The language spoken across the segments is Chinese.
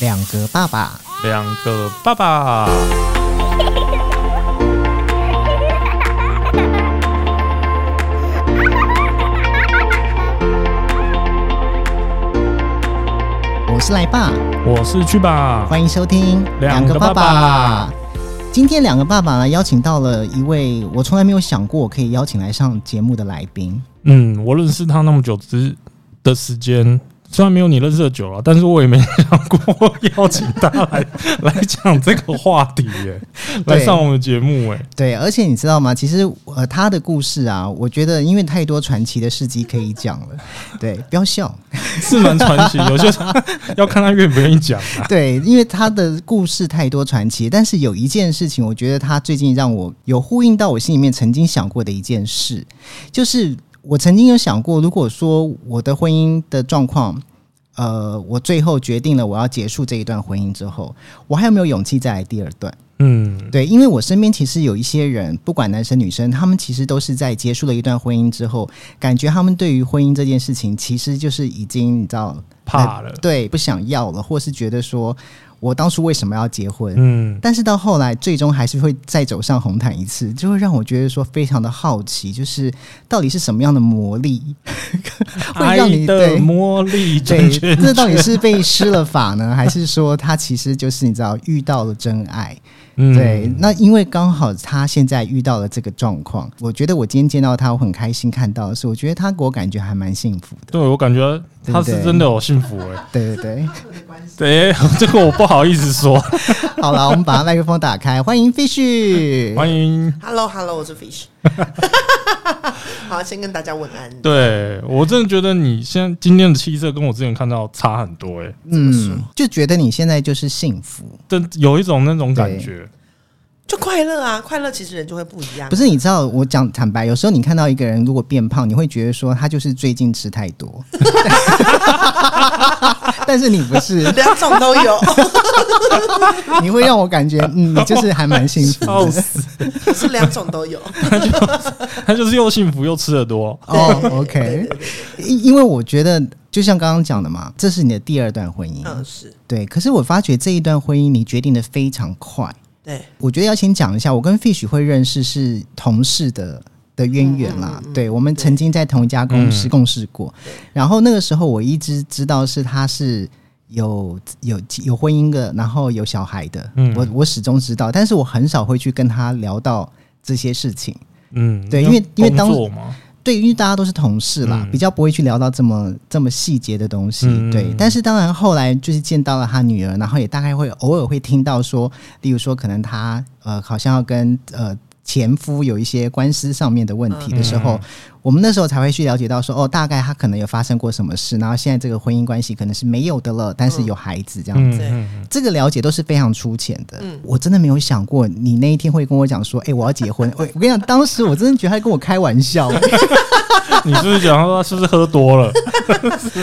两个爸爸，两个爸爸，我是来爸，我是去吧。欢迎收听两个爸爸今天两个爸爸呢，邀请到了一位我从来没有想过可以邀请来上节目的来宾。嗯，我认识他那么久之的时间，虽然没有你认识的久了，但是我也没想过邀请他来来讲这个话题 耶、对来上我们节目哎、对，而且你知道吗？其实呃，他的故事啊，我觉得因为太多传奇的事迹可以讲了。对，不要笑。是蛮传 奇，有些时候要看他愿不愿意讲啊。对，因为他的故事太多传奇，但是有一件事情，我觉得他最近让我有呼应到我心里面曾经想过的一件事，就是我曾经有想过，如果说我的婚姻的状况，呃，我最后决定了我要结束这一段婚姻之后，我还有没有勇气再来第二段？嗯，对，因为我身边其实有一些人，不管男生女生，他们其实都是在结束了一段婚姻之后，感觉他们对于婚姻这件事情，其实就是已经你知道怕了。哎对，不想要了，或是觉得说我当初为什么要结婚？嗯，但是到后来，最终还是会再走上红毯一次，就会让我觉得说非常的好奇，就是到底是什么样的魔力会让爱你的对嗯魔力对，圈圈这到底是被施了法呢，还是说他其实就是你知道遇到了真爱？嗯对，那因为刚好他现在遇到了这个状况，我觉得我今天见到他，我很开心看到的是，我觉得他给我感觉还蛮幸福的。对我感觉他对是不对真的有幸福哎、对对对。对， 这个我不好意思说。好了，我们把麦克风打开，欢迎 Fish。欢迎 Hello Hello，我 是 Fish。好，先跟大家问安。对我真的觉得你现在今天的气色跟我之前看到差很多哎、嗯，就觉得你现在就是幸福，真有一种那种感觉。就快乐啊，快乐其实人就会不一样。不是？你知道，我讲坦白，有时候你看到一个人如果变胖，你会觉得说他就是最近吃太 多，但是你不是，两种都 有，你会让我感觉，嗯，你就是还蛮幸福笑的。死！是两种都有。他就是又幸福又吃的多，哦，OK，因因为我觉得，就像刚刚讲的嘛，这是你的第二段婚姻，嗯，是对。可是我发觉这一段婚姻你决定的非常快，对，我觉得要先讲一下，我跟 Fish 会认识是同事的的渊源啦。对，我们曾经在同一家公司嗯共事过，然后那个时候我一直知道是他是。有有有婚姻的，然后有小孩的，嗯我我始终知道，但是我很少会去跟他聊到这些事情。嗯，对因为因为当工作嘛，对，因为大家都是同事啦，嗯比较不会去聊到这么这么细节的东西。嗯对，但是当然后来就是见到了他女儿，然后也大概会偶尔会听到说，例如说可能他呃好像要跟呃前夫有一些官司上面的问题嗯的时候，我们那时候才会去了解到说，哦，大概他可能有发生过什么事，然后现在这个婚姻关系可能是没有的了，但是有孩子这样子。嗯对嗯，这个了解都是非常粗浅的。嗯我真的没有想过你那一天会跟我讲说，哎、我要结婚。我我跟你讲，当时我真的觉得他在跟我开玩笑、嗯你是不是讲说他是不是喝多了？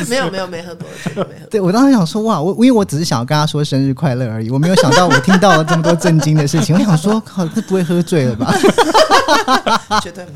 没有没有没喝多，绝对没喝。对我当时想说哇，我因为我只是想要跟他说生日快乐而已，我没有想到我听到了这么多震惊的事情。我想说，靠，这不会喝醉了 吧？绝对没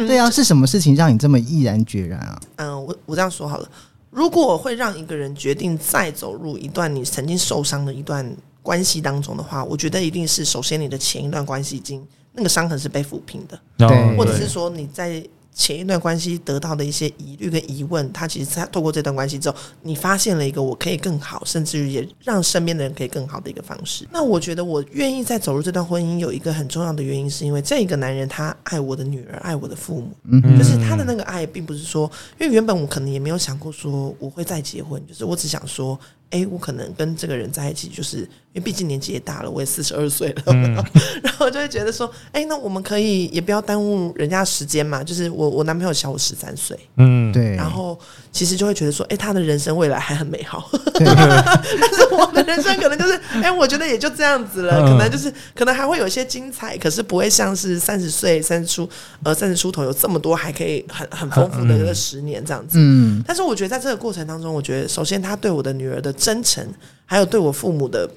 有。对啊，是什么事情让你这么毅然决然啊？嗯，我我这样说好了，如果我会让一个人决定再走入一段你曾经受伤的一段关系当中的话，我觉得一定是首先你的前一段关系已经那个伤痕是被抚平的，然后对或者是嗯对，说你在前一段关系得到的一些疑虑跟疑问，他其实在透过这段关系之后，你发现了一个我可以更好，甚至于也让身边的人可以更好的一个方式。那我觉得我愿意再走入这段婚姻，有一个很重要的原因，是因为这个男人他爱我的女儿，爱我的父母，嗯就是他的那个爱，并不是说，因为原本我可能也没有想过说我会再结婚，就是我只想说，哎、我可能跟这个人在一起，就是因为毕竟年纪也大了，我也四十二岁了，嗯然后就会觉得说，哎、那我们可以也不要耽误人家时间嘛。就是我我男朋友小我十三岁，嗯，对，然后其实就会觉得说，哎、他的人生未来还很美好， 对但是我的人生可能就是，哎、我觉得也就这样子了，嗯可能就是可能还会有一些精彩，可是不会像是三十岁、三十出呃三十出头有这么多还可以很很丰富的嗯这十年这样子。嗯，但是我觉得在这个过程当中，我觉得首先他对我的女儿的真诚，还有对我父母的，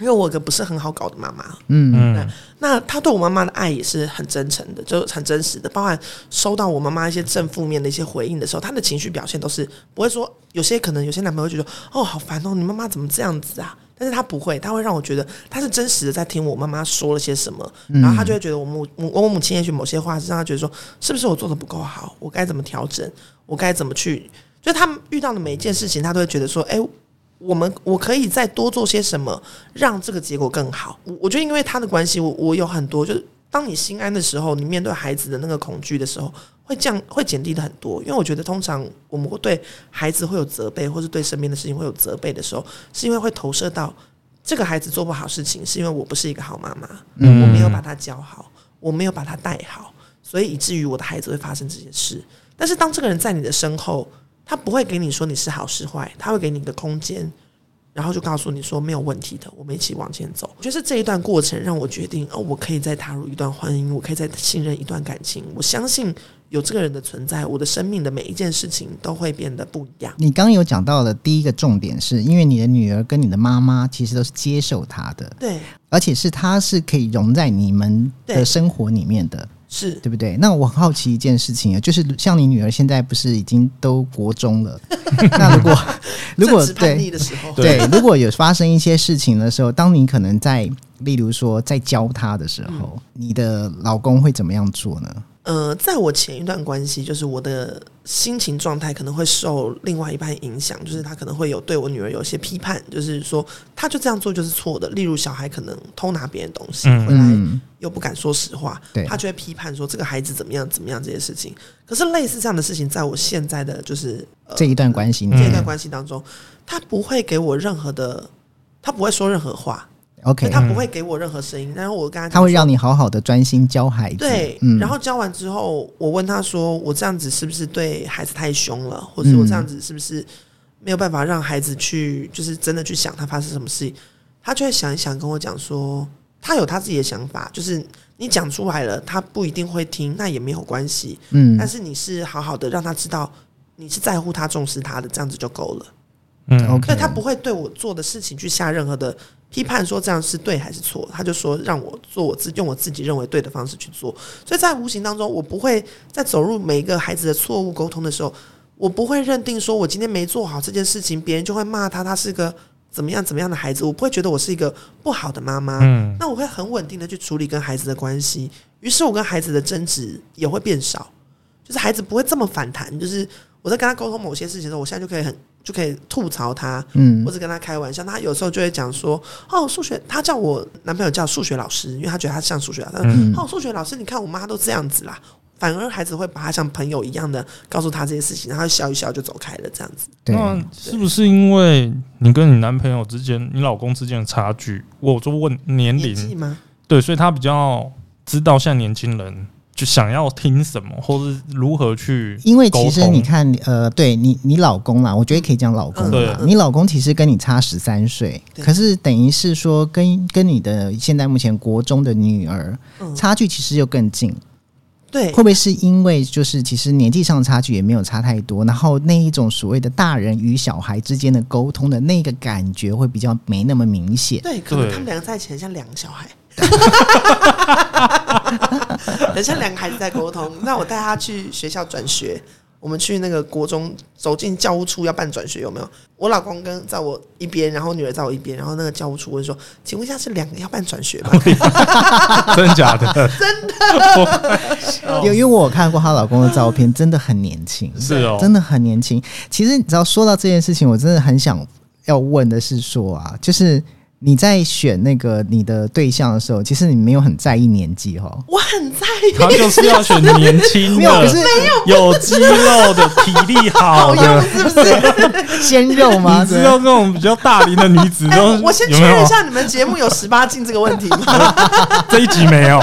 因为我有个不是很好搞的妈妈，嗯，嗯那他对我妈妈的爱也是很真诚的，就是很真实的，包含收到我妈妈一些正负面的一些回应的时候，他的情绪表现都是不会说，有些可能有些男朋友会觉得哦好烦哦，你妈妈怎么这样子啊？但是他不会，他会让我觉得他是真实的在听我妈妈说了些什么，然后他就会觉得我母母我母亲也许某些话是让他觉得说是不是我做的不够好，我该怎么调整，我该怎么去，就是他们遇到的每一件事情，他都会觉得说，哎、我们我可以再多做些什么，让这个结果更好。我我觉得因为他的关系，我我有很多就是。当你心安的时候，你面对孩子的那个恐惧的时候，会降会减低的很多。因为我觉得通常我们会对孩子会有责备，或是对身边的事情会有责备的时候，是因为会投射到这个孩子做不好事情，是因为我不是一个好妈妈，嗯我没有把他教好，我没有把他带好，所以以至于我的孩子会发生这些事。但是当这个人在你的身后，他不会给你说你是好是坏，他会给你一个空间，然后就告诉你说没有问题的，我们一起往前走。我觉得是这一段过程让我决定，哦，我可以再踏入一段婚姻，我可以再信任一段感情。我相信有这个人的存在，我的生命的每一件事情都会变得不一样。你刚刚有讲到的第一个重点是，因为你的女儿跟你的妈妈其实都是接受她的，对，而且是她是可以融在你们的对生活里面的，是对不对？那我很好奇一件事情啊，就是像你女儿现在不是已经都国中了， 那如果如果正值叛对逆的时候，对，如果有发生一些事情的时候，当你可能在例如说在教她的时候，嗯你的老公会怎么样做呢？呃，在我前一段关系，就是我的心情状态可能会受另外一半影响，就是他可能会有对我女儿有一些批判，就是说他就这样做就是错的。例如小孩可能偷拿别人东西嗯回来，嗯，又不敢说实话对，他就会批判说这个孩子怎么样怎么样这些事情。可是类似这样的事情，在我现在的就是呃这一段关系里面，这一段关系当中，他不会给我任何的，他不会说任何话， OK，他不会给我任何声音。然后我跟他讲他会说让你好好的专心教孩子，对，嗯，然后教完之后，我问他说：“我这样子是不是对孩子太凶了？或者是我这样子是不是没有办法让孩子去，就是真的去想他发生什么事情？”他就会想一想，跟我讲说，他有他自己的想法，就是你讲出来了，他不一定会听，那也没有关系。嗯但是你是好好的让他知道你是在乎他、重视他的，这样子就够了。嗯， ，OK，所以他不会对我做的事情去下任何的批判，说这样是对还是错。他就说让我做我自用我自己认为对的方式去做。所以在无形当中，我不会在走入每一个孩子的错误沟通的时候，我不会认定说我今天没做好这件事情，别人就会骂他，他是个怎么样怎么样的孩子。我不会觉得我是一个不好的妈妈。嗯那我会很稳定的去处理跟孩子的关系，于是我跟孩子的争执也会变少，就是孩子不会这么反弹。就是我在跟他沟通某些事情的时候，我现在就可以很就可以吐槽他，嗯或者跟他开玩笑。那他有时候就会讲说：“哦，数学，他叫我男朋友叫数学老师，因为他觉得他像数学老师。他说嗯哦，数学老师，你看我妈都这样子啦。”反而孩子会把他像朋友一样的告诉他这些事情，然后他笑一笑就走开了，这样子。对，那是不是因为你跟你男朋友之间、你老公之间的差距？我就问年年纪龄，吗？对，所以他比较知道现在年轻人就想要听什么，或是如何去因为其沟实通你看，呃，对你你老公啦，我觉得可以讲老公啦。嗯对你老公其实跟你差十三岁，对可是等于是说跟跟你的现在目前国中的女儿嗯差距其实又更近，对会，不会是因为就是其实年纪上的差距也没有差太多，然后那一种所谓的大人与小孩之间的沟通的那个感觉会比较没那么明 显？对，可能对他们两个在一起很像两个小孩， 很像两个孩子在沟通。那我带他去学校转学，我们去那个国中走进教务处要办转学，有没有？我老公跟在我一边，然后女儿在我一边，然后那个教务处问说：“请问一下，是两个要办转学 吗真的假 的？有，因为我有看过她老公的照片，真的很年轻，是哦真的很年轻。其实你知道，说到这件事情，我真的很想要问的是说啊，就是你在选那个你的对象的时候，其实你没有很在意年纪哦。我很在意，他就是要选年轻没有，可的是、有肌肉的、体力好的。是 不是鲜肉吗？你知道这种比较大龄的女子哎、都我先有确没有认一下，你们节目有十八禁这个问题 吗？这一集 没有，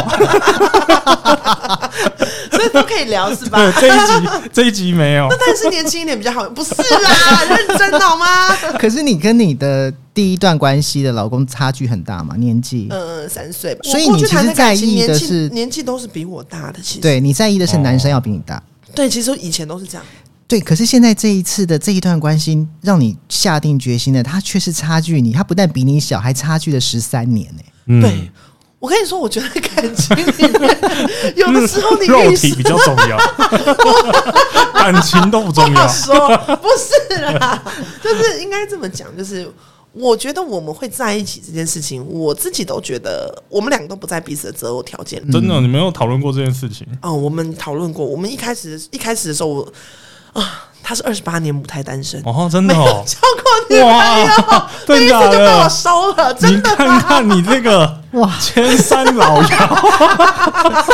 所以都可以聊是吧？对这一集这一集没有。但是年轻一点比较好，不是啦，认真好吗？可是你跟你的第一段关系的老公差距很大嘛，年纪。嗯，三岁吧。所以我过你去其谈实的感在情意年的纪是年纪都是比我大的，其实对你在意的是男生要比你大，对，其实以前都是这样。对。可是现在这一次的这一段关系，让你下定决心的，他却是差距你，他不但比你小，还差距了十三年 呢、嗯对，我跟你说，我觉得感情里面 有的时候你嗯可肉以体说比较重要，感情都不重不要好。说， 不是啦，就是应该这么讲，就是。我觉得我们会在一起这件事情，我自己都觉得我们两个都不在彼此的择偶条件里。真的，你没有讨论过这件事情。哦，我们讨论过，我们一开始一开始的时候，我啊，他是二十八年母胎单身，哦，真没的有哦，交过女朋友哇，第真一次假的就被我收了，你真的看看你这个哇，千山老妖，他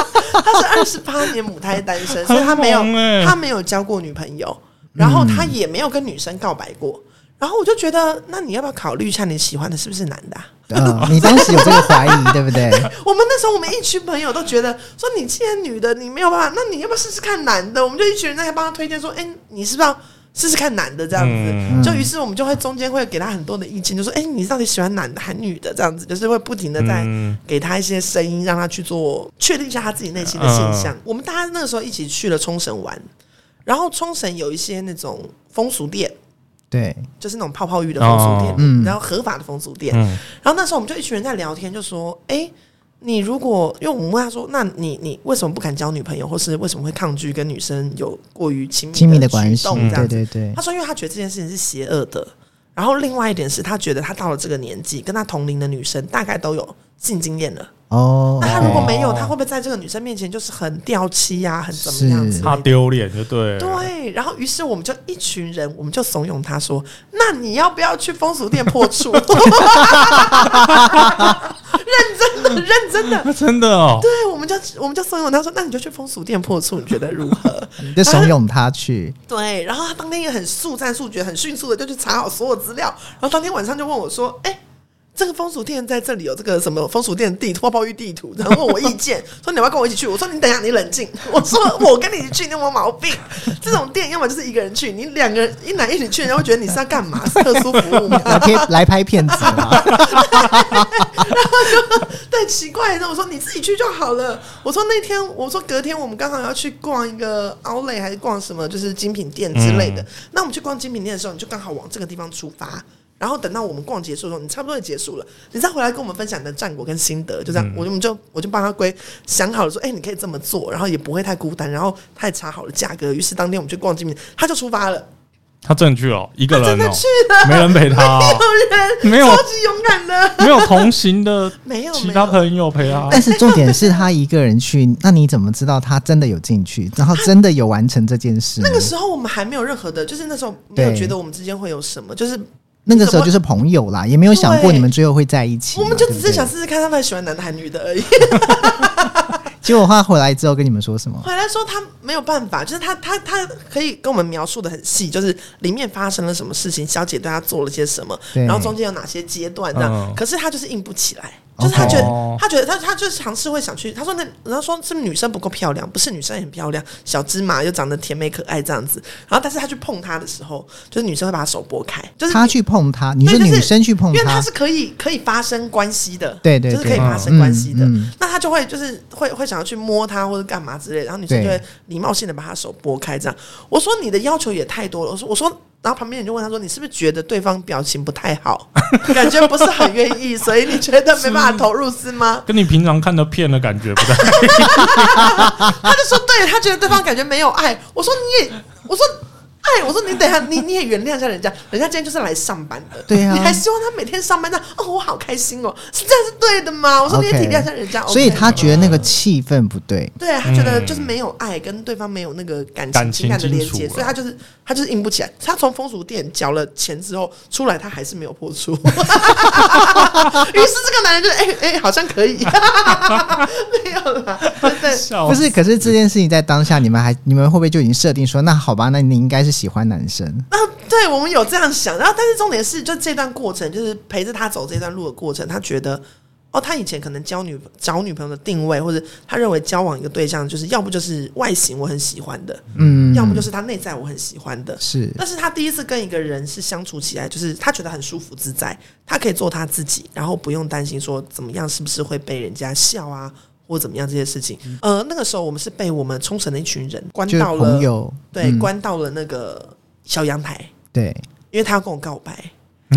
是二十八年母胎单 身，所以他没有、很猛欸嗯他没有交过女朋友，然后他也没有跟女生告白过。然后我就觉得，那你要不要考虑一下你喜欢的是不是男的啊、呃，你当时有这个怀疑，对不 对？我们那时候我们一群朋友都觉得说，你既然女的你没有办法，那你要不要试试看男的？我们就一群人在帮他推荐说，哎，你是不是要试试看男的这样子？嗯就于是我们就会中间会给他很多的意见，就说，哎，你到底喜欢男的还女的？这样子就是会不停的在嗯给他一些声音，让他去做确定一下他自己内心的现象。嗯我们大家那个时候一起去了冲绳玩，然后冲绳有一些那种风俗店，对，就是那种泡泡浴的风俗店，哦嗯然后合法的风俗店。嗯，然后那时候我们就一群人在聊天，就说：“哎、你如果因为我们问他说，那你你为什么不敢交女朋友，或是为什么会抗拒跟女生有过于亲密亲密的举关系，嗯动这样对子？”对对他，说：“因为他觉得这件事情是邪恶的。”然后另外一点是他觉得他到了这个年纪，跟他同龄的女生大概都有性经验了。哦那，他如果没有，哦他会不会在这个女生面前就是很掉漆呀、很怎么样是子？怕丢脸就对了。对，然后于是我们就一群人，我们就怂恿他说：“那你要不要去风俗店破处？” 认真的，认真的。那真的哦，对，我们就我们就怂恿他说：“那你就去风俗店破处，你觉得如何你就怂恿他去，？”对，然后他当天也很速战速决，很迅速的就去查好所有资料，然后当天晚上就问我说：“哎、这个风俗店在这里有这个什么风俗店地图、泡泡浴地图，然后问我意见，说你要不要跟我一起去？我说你等一下，你冷静。 我说我跟你一起去，你有没有毛病？这种店要么就是一个人去，你两个人一男一女去，人家会觉得你是要干嘛？是特殊服务吗？来拍来拍骗子 嘛？对，奇怪的，我说你自己去就好了。我说那天，我说隔天我们刚好要去逛一个 Outlet 还是逛什么，就是精品店之类嗯的。那我们去逛精品店的时候，你就刚好往这个地方出发。然后等到我们逛结束的时候，你差不多也结束了，你再回来跟我们分享你的战果跟心得，就这样，嗯我就我们就我就帮他归想好了说，哎、你可以这么做，然后也不会太孤单，然后他也查好了价格，于是当天我们去逛精品，他就出发了，他真的去了，一个真人的哦，去了，没 人陪他哦，有人，没有超级勇敢的，没有同行的没有其他没有朋友陪他。但是重点是他一个人去，那你怎么知道他真的有进去，然后真的有完成这件事呢？那个时候我们还没有任何的，就是那时候没有对觉得我们之间会有什么，就是那个时候就是朋友啦，也没有想过你们最后会在一起嘛。我们就对只不是对想试试看他到底喜欢男的还是女的 而已。结果他回来之后跟你们说什么？回来说他没有办法，就是他他他可以跟我们描述的很细，就是里面发生了什么事情，小姐对他做了些什么，对然后中间有哪些阶段这样。嗯可是他就是硬不起来，就是他觉得、哦他觉得他他就是尝试会想去，他说那人家说是不是女生不够漂亮，不是女生也很漂亮，小芝麻又长得甜美可爱这样子。然后但是他去碰她的时候，就是女生会把她手拨开， 就是他你去碰他，你说对就是女生去碰因为他它是，可以可以发生关系的，对对就是对可以发生关系的。嗯嗯那他就会就是会会想要去摸他或者干嘛之类的，然后女生对就会礼貌性的把他手拨开，这样。我说你的要求也太多了，我说我说，然后旁边人就问他说，你是不是觉得对方表情不太好， 感觉不是很愿意，所以你觉得没办法投入是吗？跟你平常看的片的感觉不太他就说对，他觉得对方感觉没有爱。我说你也，我说爱，我我说你等一下，你你也原谅一下人家，人家今天就是来上班的，对啊你还希望他每天上班那哦，我好开心哦，是这样是对的吗？我说你也 OK 体谅一下人家所以他得。觉得那个气氛不对。对啊他觉得就是没有爱，跟对方没有那个感情感情感的情基连嗯础接，啊了所以他就是他就是硬不起来。他从风俗店缴了钱之后出来，他还是没有 破处。于是这个男人就哎哎、好像可以， 没有啦，对对。笑 不是，可是这件事情在当下，你们还你们会不会就已经设定说，那好吧，那你应该是喜欢男生？啊，对，我们有这样想，然后但是重点是，就这段过程，就是陪着他走这段路的过程，他觉得，哦，他以前可能交女找女朋友的定位，或者他认为交往一个对象，就是要不就是外形我很喜欢的，嗯，要么就是他内在我很喜欢的。是但是他第一次跟一个人是相处起来，就是他觉得很舒服自在，他可以做他自己，然后不用担心说怎么样是不是会被人家笑啊，或怎么样这些事情。呃，那个时候我们是被我们冲绳的一群人关嗯就是到了朋，友，对，嗯关到了那个小阳台，对，因为他要跟我告白。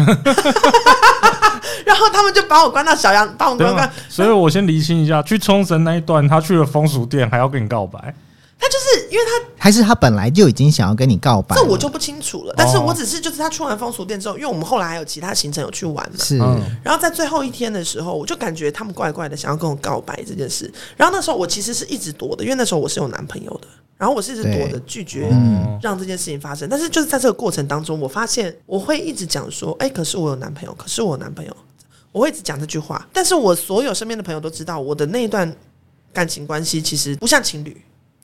然后他们就把我关到小阳，把我对关到吗，所以我先厘清一下，去冲绳那一段，他去了风俗店，还要跟你告白，他就是因为他还是他本来就已经想要跟你告白了，这我就不清楚了，但是我只是就是他去完风俗店之后，因为我们后来还有其他行程有去玩嘛，是、嗯然后在最后一天的时候，我就感觉他们怪怪的，想要跟我告白这件事。然后那时候我其实是一直躲的，因为那时候我是有男朋友的，然后我是一直躲着对拒绝嗯让这件事情发生。但是就是在这个过程当中，我发现我会一直讲说，哎、可是我有男朋友，可是我有男朋友，我会一直讲这句话。但是我所有身边的朋友都知道，我的那一段感情关系其实不像情侣，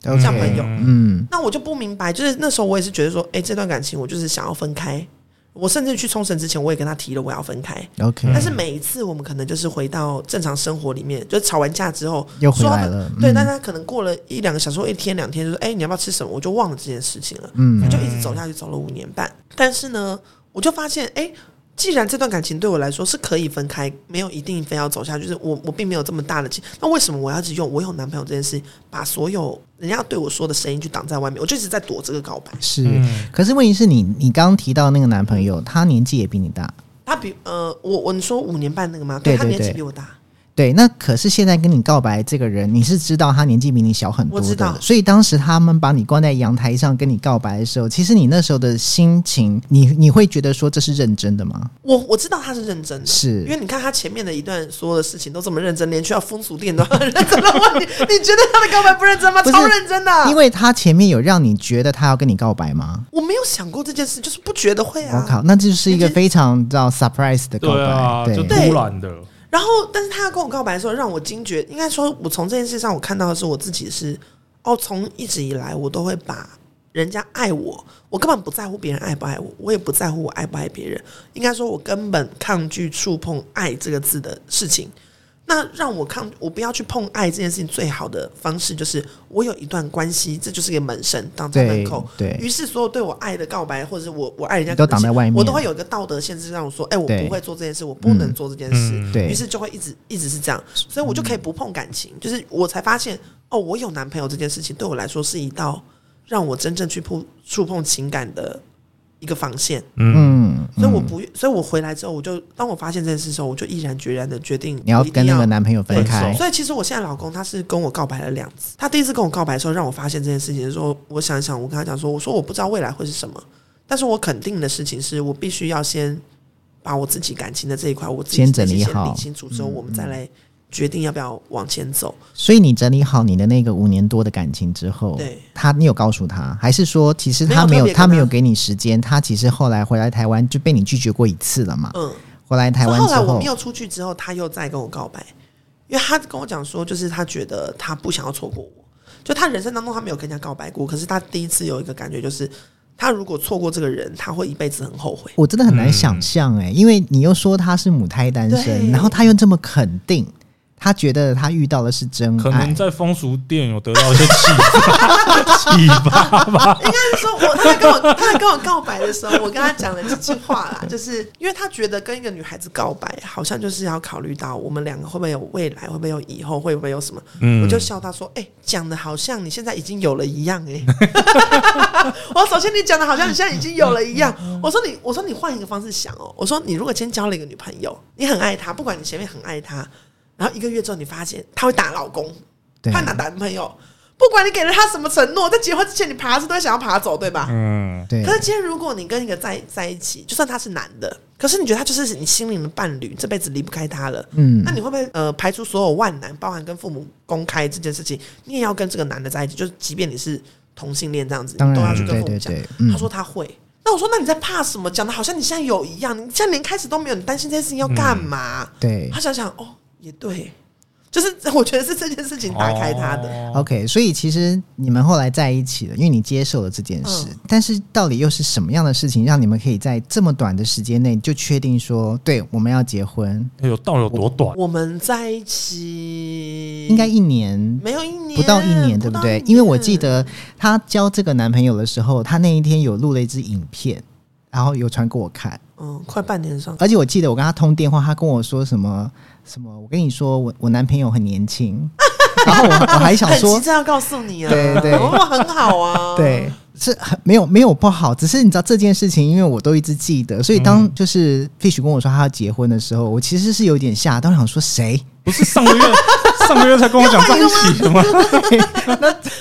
OK 像朋友。嗯，那我就不明白，就是那时候我也是觉得说，哎、这段感情我就是想要分开。我甚至去冲绳之前，我也跟他提了我要分开。 OK，但是每一次我们可能就是回到正常生活里面，就吵完架之后又回说来他们了对，嗯但他可能过了一两个小时或一天两天，就说：“哎、你要不要吃什么？”我就忘了这件事情了。嗯我就一直走下去，走了五年半。但是呢，我就发现，哎、既然这段感情对我来说是可以分开，没有一定非要走下去，就是我我并没有这么大的情，那为什么我要一直用我有男朋友这件事，把所有人家对我说的声音去挡在外面？我就一直在躲这个告白。是。嗯可是问题是你，你刚刚提到那个男朋嗯友，他年纪也比你大，他比呃，我我你说五年半那个吗？对他对年纪对比我大。对，那可是现在跟你告白这个人，你是知道他年纪比你小很多我知道的，所以当时他们把你关在阳台上跟你告白的时候，其实你那时候的心情，你你会觉得说这是认真的吗？我我知道他是认真的，是因为你看他前面的一段所有的事情都这么认真，连去到风俗店都很认 真的话，你你觉得他的告白不认真吗？不是超认真啊的，因为他前面有让你觉得他要跟你告白吗？我没有想过这件事，就是不觉得会我、啊。靠，那就是一个你这非常你知道 surprise 的告对啊，白，就对，突然的，然后，但是他要跟我告白的时候，让我惊觉，应该说，我从这件事上我看到的是我自己是，哦，从一直以来我都会把人家爱我，我根本不在乎别人爱不爱我，我也不在乎我爱不爱别人，应该说，我根本抗拒触碰“爱”这个字的事情。那让我抗，我不要去碰爱这件事情，最好的方式就是我有一段关系，这就是一个门神挡在门口。对对于是，所有对我爱的告白，或者是我我爱人家你都挡在外面我都会有一个道德限制，让我说，哎、我对不会做这件事，我不能做这件事。嗯对嗯于是就会一直一直是这样，所以我就可以不碰感情，就是我才发现哦，我有男朋友这件事情对我来说是一道让我真正去碰触碰情感的一个防线，嗯，嗯，所以我嗯不，所以我回来之后，我就当我发现这件事的时候，我就毅然决然的决定你要我一定跟那个男朋友分对开，所以其实我现在老公他是跟我告白了两次。他第一次跟我告白的时候，让我发现这件事情的时候，我想一想，我跟他讲说，我说我不知道未来会是什么，但是我肯定的事情是我必须要先把我自己感情的这一块，我自己先整理理好嗯理清楚之后，我们再来决定要不要往前走。所以你整理好你的那个五年多的感情之后，对他你有告诉他，还是说其实他没没有有特别跟他他没有给你时间，他其实后来回来台湾就被你拒绝过一次了嘛？嗯，回来台所以湾后之来我后们，又出去之后，他又再跟我告白，因为他跟我讲说，就是他觉得他不想要错过我，就他人生当中他没有跟人家告白过，可是他第一次有一个感觉就是。他如果错过这个人，他会一辈子很后悔。我真的很难想象哎、因为你又说他是母胎单身，嗯对然后他又这么肯定，他觉得他遇到的是真可能爱。在风俗店有得到一些启发，启发吧，应该是说我，他在跟我他在跟我告白的时候，我跟他讲了几句话啦，就是因为他觉得跟一个女孩子告白，好像就是要考虑到我们两个会不会有未来，会不会有以后，会不会有什么。嗯我就笑他说：“哎、讲的好像你现在已经有了一样 哎、我说首先你讲的好像你现在已经有了一样。我说你，我说你换一个方式想哦。我说你如果今天交了一个女朋友，你很爱她，不管你前面很爱她，然后一个月之后你发现她会打老公，对她拿男朋友，不管你给了他什么承诺，在结婚之前你爬是都会想要爬走，对吧？ 嗯，对可，是今天如果你跟一个在在一起，就算他是男的，可是你觉得他就是你心灵的伴侣，这辈子离不开他了，嗯那，你会不会呃排除所有万难，包含跟父母公开这件事情，你也要跟这个男的在一起？就是即便你是同性恋这样子，你当都要然，去跟对父母对讲。对，嗯他，说他会。那我说，那你在怕什么？讲的好像你现在有一样，你现在连开始都没有，你担心这件事情要干嗯嘛？对他想想，哦，也对，就是 我觉得是这件事情打开他的。哦，OK，所以其实你们后来在一起了，因为你接受了这件事，但是到底又是什么样的事情让你们可以在这么短的时间内就确定说，对，我们要结婚？哎呦，到底有多短？我们在一起应该一年没有一年，不到一年，对不到对一？因为我记年得她交这个男朋友的时候，她那一天有录了一支影片，然后有传给我看。嗯，快半年上，而且我记得我跟她通电话，她跟我说什么什么，我跟你说，我我男朋友很年轻，然后我我还想很说急，哎着要告诉你啊，对对我很好 啊，对，是很没有没有不好，只是你知道这件事情，因为我都一直记得，所以嗯当就是 Fish 跟我说他要结婚的时候，我其实是有点吓，当时想说 谁不是上个月上个月才跟我讲在一起的吗？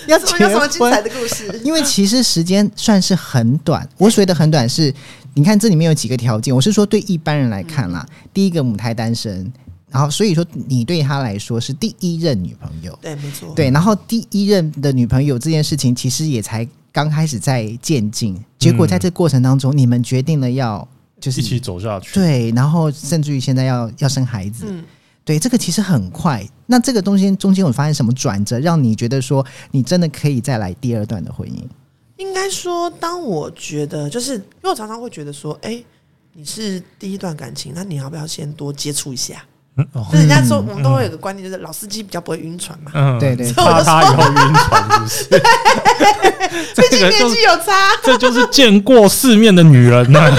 要什么结有什么精彩婚？的故事？因为其实时间算是很短，我所谓的很短是，你看这里面有几个条件，我是说对一般人来看啦，嗯第一个母胎单身，然后所以说你对他来说是第一任女朋友，对，没错，对，然后第一任的女朋友这件事情，其实也才刚开始在渐进，结果在这过程当中，你们决定了要就是 一起走下去。对，然后甚至于现在要要生孩子，嗯对，这个其实很快。那这个东西中间有发现什么转折，让你觉得说你真的可以再来第二段的婚姻？应该说，当我觉得，就是因为我常常会觉得说，哎、你是第一段感情，那你要不要先多接触一下？嗯哦就是人家说，我们都会有个观念，就是老司机比较不会晕船嘛，嗯对对怕他以后晕船是不是？ 毕这竟个就年纪是有差，这就是见过世面的女人呐、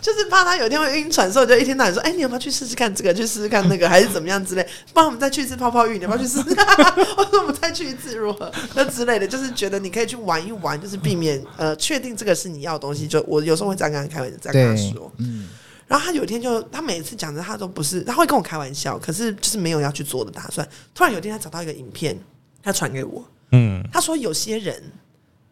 就是怕他有一天会晕船，所以我就一天到晚说，哎、你要不要去试试看这个，去试试看那个， 还是怎么样之类？不然我们再去一次泡泡浴，你要不要去试试 看？我说我们再去一次如何？那之类的，就是觉得你可以去玩一玩，就是避免呃，确定这个是你要的东西。就我有时候会这样跟他开玩笑，这样跟他对嗯说。，然后他有一天就，他每次讲的他都不是，他会跟我开玩笑，可是就是没有要去做的打算。突然有一天，他找到一个影片，他传给我，嗯，他说有些人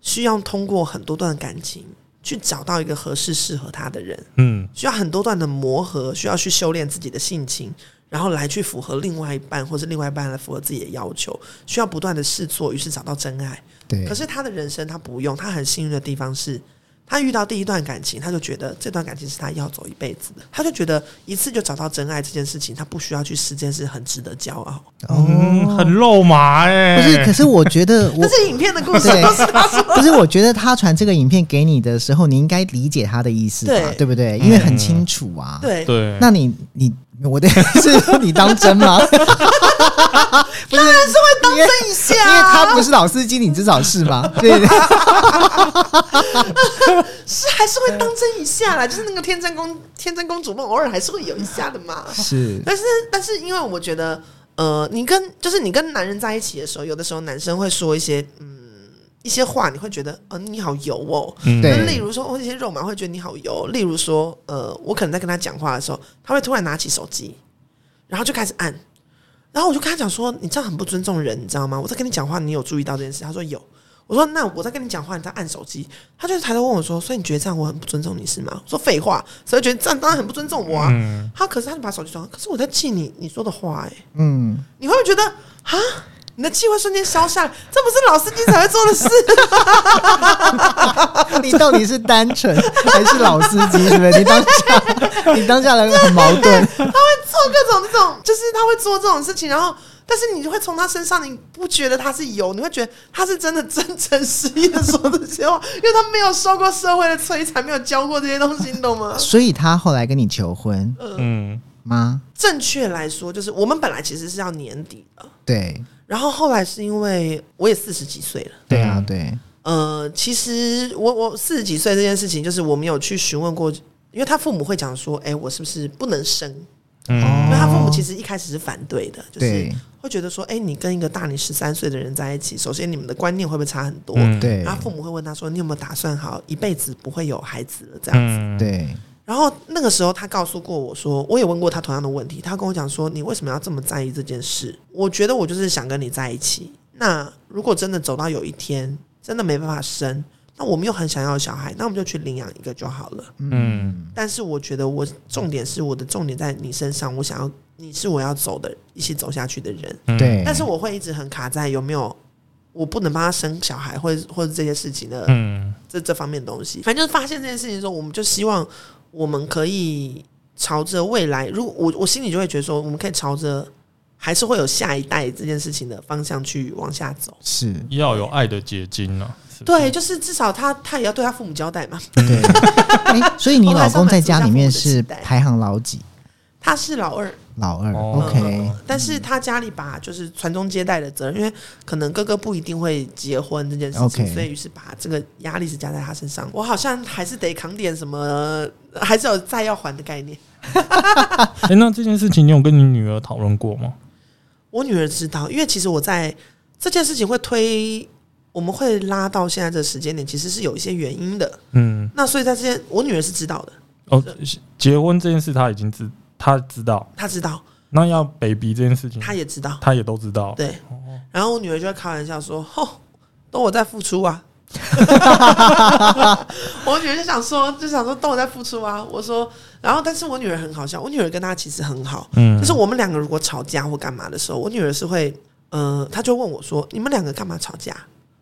需要通过很多段感情去找到一个合适适合他的人，嗯需要很多段的磨合，需要去修炼自己的性情，然后来去符合另外一半，或是另外一半来符合自己的要求，需要不断的试错，于是找到真爱。对可，是他的人生他不用，他很幸运的地方是，他遇到第一段感情，他就觉得这段感情是他要走一辈子的，他就觉得一次就找到真爱这件事情，他不需要去试，这件事很值得骄傲。嗯，很肉麻哎、哦不是，可是我觉 得我这。是影片的故事，对都是他说。 不是，我觉得他传这个影片给你的时候，你应该理解他的意思吧，对对不对？因为嗯很清楚啊。，对，对，那你你我的 是说你当真吗？ 当然是会当真一因为下，啊他不是老司机，你至少是吧？对 对是还是会当真一下啦，就是那个天真公天真公主梦，偶尔还是会有一下的嘛。嗯是，但是，但是，因为我觉得，呃，你跟就是你跟男人在一起的时候，有的时候男生会说一些嗯一些话，你会觉得，呃，你好油哦。嗯对就例如说，哦，一些肉麻会觉得你好油。例如说，呃，我可能在跟他讲话的时候，他会突然拿起手机，然后就开始按。然后我就跟他讲说：“你这样很不尊重人，你知道吗？我在跟你讲话，你有注意到这件事？”他说：“有。”我说：“那我在跟你讲话，你在按手机。”他就抬头问我说：“所以你觉得这样我很不尊重你是吗？”我说：“废话，所以觉得这样当然很不尊重我啊。嗯他可是他就把手机装，可是我在记你你说的话、欸，嗯。你会不会觉得啊？你的气会瞬间消下来，这不是老司机才会做的事。你到底是单纯还是老司机？是不是？你当下，你当下人很矛 盾。做各种这种，就是他会做这种事情，然后但是你会从他身上，你不觉得他是油，你会觉得他是真的真诚实意的说这些话，因为他没有受过社会的摧残，没有教过这些东西，你懂吗？所以他后来跟你求婚嗯，吗？正确来说，就是我们本来其实是要年底的，对，然后后来是因为我也四十几岁了。对啊，嗯对，呃，其实我我四十几岁这件事情，就是我没有去询问过，因为他父母会讲说，哎、我是不是不能生？嗯因为他父母哦其实一开始是反对的，就是对会觉得说，哎、你跟一个大你十三岁的人在一起，首先你们的观念会不会差很多？嗯对然后父母会问他说，你有没有打算好一辈子不会有孩子了这样子？嗯，对，然然后那个时候他告诉过我说，我也问过他同样的问题，他跟我讲说，你为什么要这么在意这件事？我觉得我就是想跟你在一起。那如果真的走到有一天真的没办法生，那我们又很想要小孩，那我们就去领养一个就好了。嗯但是我觉得我重点是我的重点在你身上，我想要你是我要走的，一起走下去的人。嗯对，但是我会一直很卡在有没有我不能帮他生小孩，或者或者这些事情的嗯这这方面的东西。反正就是发现这件事情之后，我们就希望我们可以朝着未来，如果我我心里就会觉得说，我们可以朝着还是会有下一代这件事情的方向去往下走。是，要有爱的结晶啊。是不是对，，就是至少他他也要对他父母交代嘛。嗯对。哎、所以你我还老是要公在满足一家下里父面母的期是待排行老几？他是老二，老二、哦 o k 嗯但是他家里把就是传宗接代的责任，因为可能哥哥不一定会结婚这件事情 OK 所以于是把这个压力是加在他身上。我好像还是得扛点什么，还是有债要还的概念。哎、那这件事情你有跟你女儿讨论过吗？我女儿知道，因为其实我在这件事情会推，我们会拉到现在这个时间点，其实是有一些原因的。嗯，那所以在这件，我女儿是知道的，哦，结婚这件事她已经知，她知道。她知道，那要 baby 这件事情，她也知道，她也都知道。对。然后我女儿就会开玩笑说：“吼、都我在付出啊。”我女儿就想说，就想说都我在付出啊。我说，然后但是我女儿很好笑，我女儿跟她其实很好，嗯就是我们两个如果吵架或干嘛的时候，我女儿是会，呃，她就问我说：“你们两个干嘛吵架？”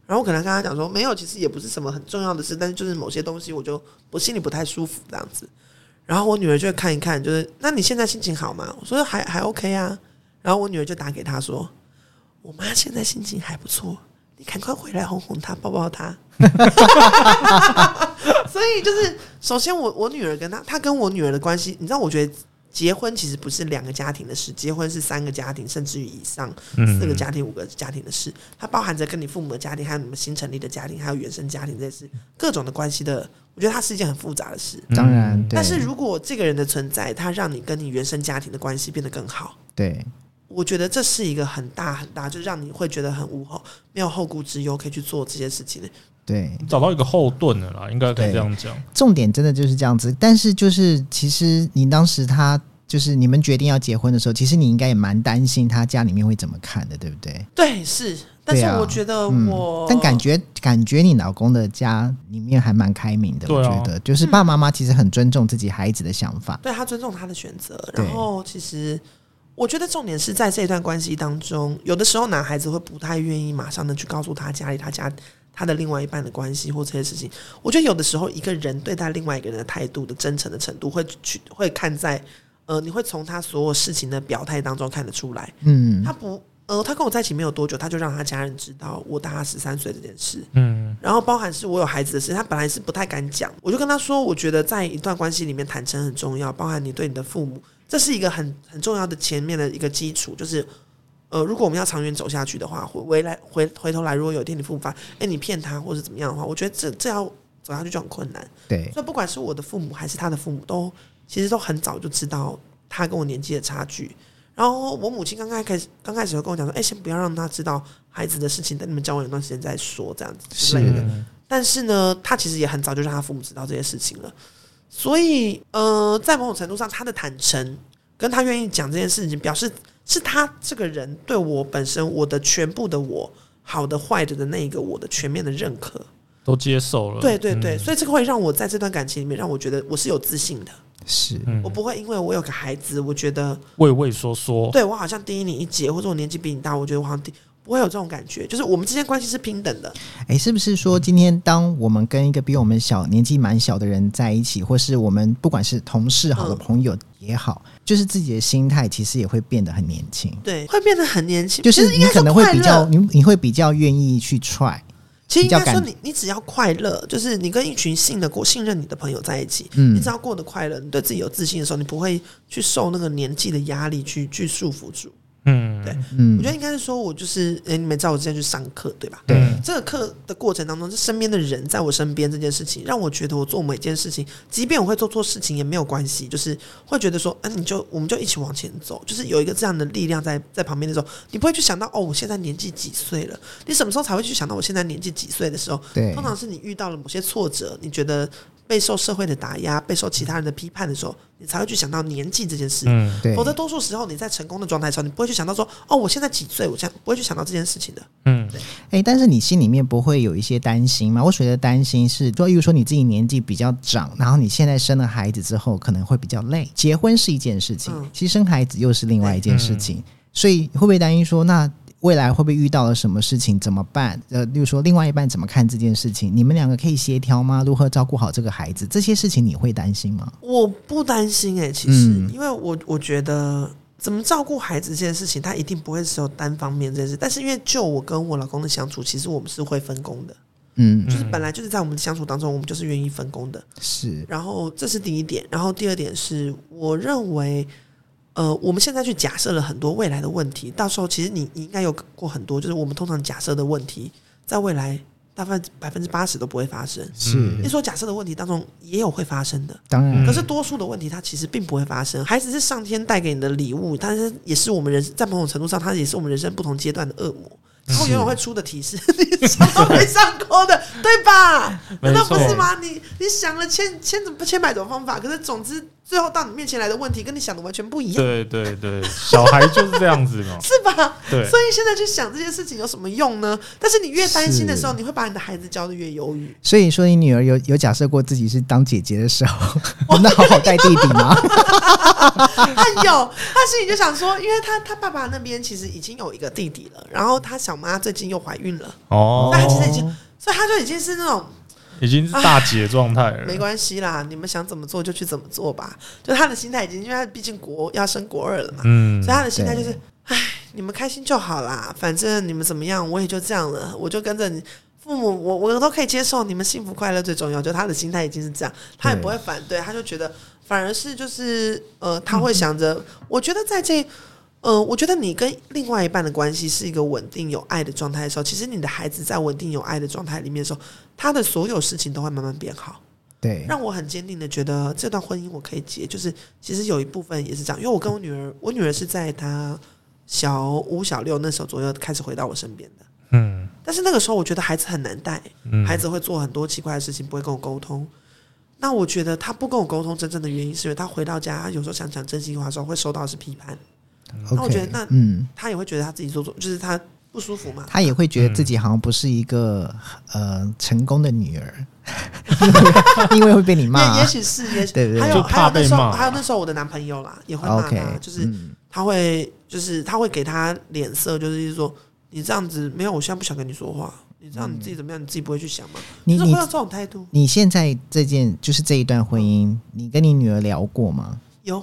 然后我可能跟她讲说：“没有，其实也不是什么很重要的事，但是就是某些东西我就我心里不太舒服这样子。”然后我女儿就会看一看，就是那你现在心情好吗？我说还还 OK 啊。然后我女儿就打给她说：“我妈现在心情还不错，你赶快回来哄哄她，抱抱她。”所以就是，首先我我女儿跟她，她跟我女儿的关系，你知道，我觉得结婚其实不是两个家庭的事，结婚是三个家庭甚至于以上，四个家庭、五个家庭的事，它包含着跟你父母的家庭，还有你们新成立的家庭，还有原生家庭这些事，各种的关系的，我觉得它是一件很复杂的事。嗯当然，对但是如果这个人的存在，他让你跟你原生家庭的关系变得更好，对我觉得这是一个很大很大，就让你会觉得很无后没有后顾之忧，可以去做这些事情的。对，找到一个后盾了啦，应该可以这样讲。重点真的就是这样子。但是就是其实你当时他就是你们决定要结婚的时候，其实你应该也蛮担心他家里面会怎么看的，对不对？对，是，但是对啊我觉得嗯呃我，但感觉感觉你老公的家里面还蛮开明的，对我啊觉得就是爸爸妈妈其实很尊重自己孩子的想法。对他尊重他的选择，对然后其实。我觉得重点是在这段关系当中，有的时候男孩子会不太愿意马上的去告诉他家里、他家、他的另外一半的关系或这些事情。我觉得有的时候一个人对待另外一个人的态度的真诚的程度，会去会看在呃，你会从他所有事情的表态当中看得出来。嗯他不，呃，他跟我在一起没有多久，他就让他家人知道我大他十三岁这件事，嗯然后包含是我有孩子的事，他本来是不太敢讲，我就跟他说，我觉得在一段关系里面坦诚很重要，包含你对你的父母，这是一个很很重要的前面的一个基础，就是。呃，如果我们要长远走下去的话，回回来回回头来，如果有一天你父母发，哎、你骗他或者怎么样的话，我觉得这这要走下去就很困难。对所以不管是我的父母还是他的父母都，其实都很早就知道他跟我年纪的差距。然后我母亲刚刚开始刚开始会跟我讲说：“哎、先不要让他知道孩子的事情，等你们交往一段时间再说，这样子之类的。”嗯但是呢，他其实也很早就让他父母知道这些事情了。所以，呃，在某种程度上，他的坦诚跟他愿意讲这件事情，表示是他这个人对我本身我的全部的我，好的坏的的那一个我的全面的认可。都接受了。对对对，嗯所以这个会让我在这段感情里面，让我觉得我是有自信的，是嗯我不会因为我有个孩子，我觉得畏畏缩缩。对我好像低你一截，或者我年纪比你大，我觉得我好像低，不会有这种感觉，就是我们之间关系是平等的。哎，是不是说今天当我们跟一个比我们小年纪蛮小的人在一起，或是我们不管是同事好的嗯朋友也好，就是自己的心态其实也会变得很年轻。对，会变得很年轻，就其是实应你该可说能会比快较乐，你你会比较愿意去 try，其实应比较该说感你你只要快乐，就是你跟一群信得过、信任你的朋友在一起，嗯你只要过得快乐，你对自己有自信的时候，你不会去受那个年纪的压力去去束缚住。嗯，对嗯我觉得应该是说我就是，哎、你们知道我之前去上课对吧？对这个课的过程当中，这身边的人在我身边这件事情，让我觉得我做每件事情，即便我会做错事情也没有关系，就是会觉得说，啊，你就我们就一起往前走，就是有一个这样的力量在在旁边的时候，你不会去想到哦，我现在年纪几岁了？你什么时候才会去想到我现在年纪几岁的时候？对通常是你遇到了某些挫折，你觉得备受社会的打压、备受其他人的批判的时候，你才会去想到年纪这件事。嗯对否则，多数时候你在成功的状态下，你不会去想到说，哦，我现在几岁，我这样不会去想到这件事情的。嗯，哎、但是你心里面不会有一些担心吗？我所谓的担心是，说，例如说你自己年纪比较长，然后你现在生了孩子之后可能会比较累。结婚是一件事情，嗯其实生孩子又是另外一件事情，所以会不会担心说，那未来会不会遇到了什么事情怎么办？呃，例如说另外一半怎么看这件事情？你们两个可以协调吗？如何照顾好这个孩子？这些事情你会担心吗？我不担心哎、其实，嗯因为我我觉得怎么照顾孩子这件事情，他一定不会只有单方面这件事。但是因为就我跟我老公的相处，其实我们是会分工的，嗯，就是本来就是在我们的相处当中，我们就是愿意分工的。是，然后这是第一点，然后第二点是，我认为，呃，我们现在去假设了很多未来的问题，到时候其实你你应该有过很多，就是我们通常假设的问题，在未来大概百分之八十都不会发生。是，你所假设的问题当中，也有会发生的，当嗯然，可是多数的问题它其实并不会发生。孩子是上天带给你的礼物，但是也是我们人在某种程度上，它也是我们人生不同阶段的恶魔。嗯然后永远会出的提示，你想都没上过的，对吧？ 没难道错不是吗？你你想了千千种千百种方法，可是总之最后到你面前来的问题跟你想的完全不一样，，对对对，小孩就是这样子嘛 是吧？对所以现在去想这些事情有什么用呢？但是你越担心的是时候，你会把你的孩子教的越忧郁。所以说，你女儿有有假设过自己是当姐姐的时 候， 那好好带弟弟吗？他有，他心里就想说，因为他他爸爸那边其实已经有一个弟弟了，然后他小妈最近又怀孕了，哦那他其实已经，所以他就已经是那种已经是大姐状态了，没关系啦，你们想怎么做就去怎么做吧，就他的心态已经，因为他毕竟国要升国二了嘛，嗯所以他的心态就是，唉，你们开心就好啦，反正你们怎么样，我也就这样了，我就跟着你。父母，我我都可以接受，你们幸福快乐最重要。就他的心态已经是这样，他也对不会反对，他就觉得反而是就是呃，他会想着，我觉得在这呃，我觉得你跟另外一半的关系是一个稳定有爱的状态的时候，其实你的孩子在稳定有爱的状态里面的时候，他的所有事情都会慢慢变好。对，让我很坚定的觉得这段婚姻我可以结，就是其实有一部分也是这样，因为我跟我女儿，我女儿是在她小五、小六那时候左右开始回到我身边的。嗯但是那个时候我觉得孩子很难带，嗯，孩子会做很多奇怪的事情，不会跟我沟通。那我觉得他不跟我沟通，真正的原因是因为他回到家，他有时候想讲真心话的时候，会收到的是批判，OK，那我觉得那嗯，他也会觉得他自己做错，就是他不舒服嘛。她也会觉得自己好像不是一个、呃成功的女儿， 因为会被你也骂 也。许是，也许对对对还有就还有怕那被时候骂还有那时候我的男朋友啦，也会骂他 OK，就是嗯他会就是他会给他脸色，就是说你这样子没有，我现在不想跟你说话。你知道你自己怎么样，你自己不会去想吗？你就是会你有这种态度。你现在这件就是这一段婚姻，你跟你女儿聊过吗？有